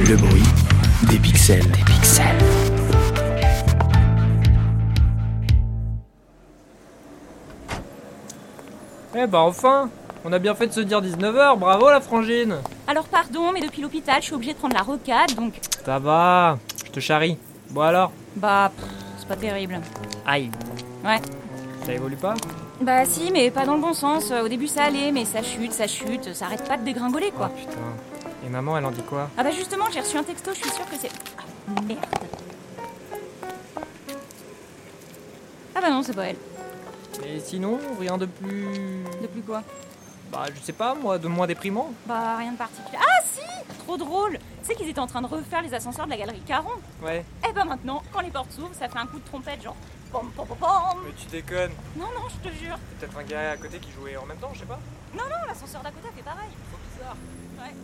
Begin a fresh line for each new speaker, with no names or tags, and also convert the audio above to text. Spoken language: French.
Le bruit des pixels. Des pixels.
Eh bah enfin On a bien fait de se dire 19h, bravo la frangine
Alors pardon, mais depuis l'hôpital, je suis obligée de prendre la rocade, donc...
Ça va, je te charrie. Bon alors
Bah, pff, c'est pas terrible.
Aïe
Ouais.
Ça évolue pas
Bah si, mais pas dans le bon sens. Euh, Au début, ça allait, mais ça chute, ça chute, ça arrête pas de dégringoler,
Oh
quoi.
putain. Et maman, elle en dit quoi
Ah bah justement, j'ai reçu un texto, je suis sûre que c'est... Ah, merde. Ah bah non, c'est pas elle.
Et sinon, rien de plus...
De plus quoi
Bah je sais pas moi, de moins déprimant
Bah rien de particulier. Ah si Trop drôle Tu sais qu'ils étaient en train de refaire les ascenseurs de la galerie Caron.
Ouais.
Eh ben maintenant, quand les portes s'ouvrent, ça fait un coup de trompette, genre... Pom, pom, pom, pom.
Mais tu déconnes
Non, non, je te jure.
Peut-être un gars à côté qui jouait en même temps, je sais pas
Non, l'ascenseur d'à côté a fait pareil.
Trop bizarre
Ouais.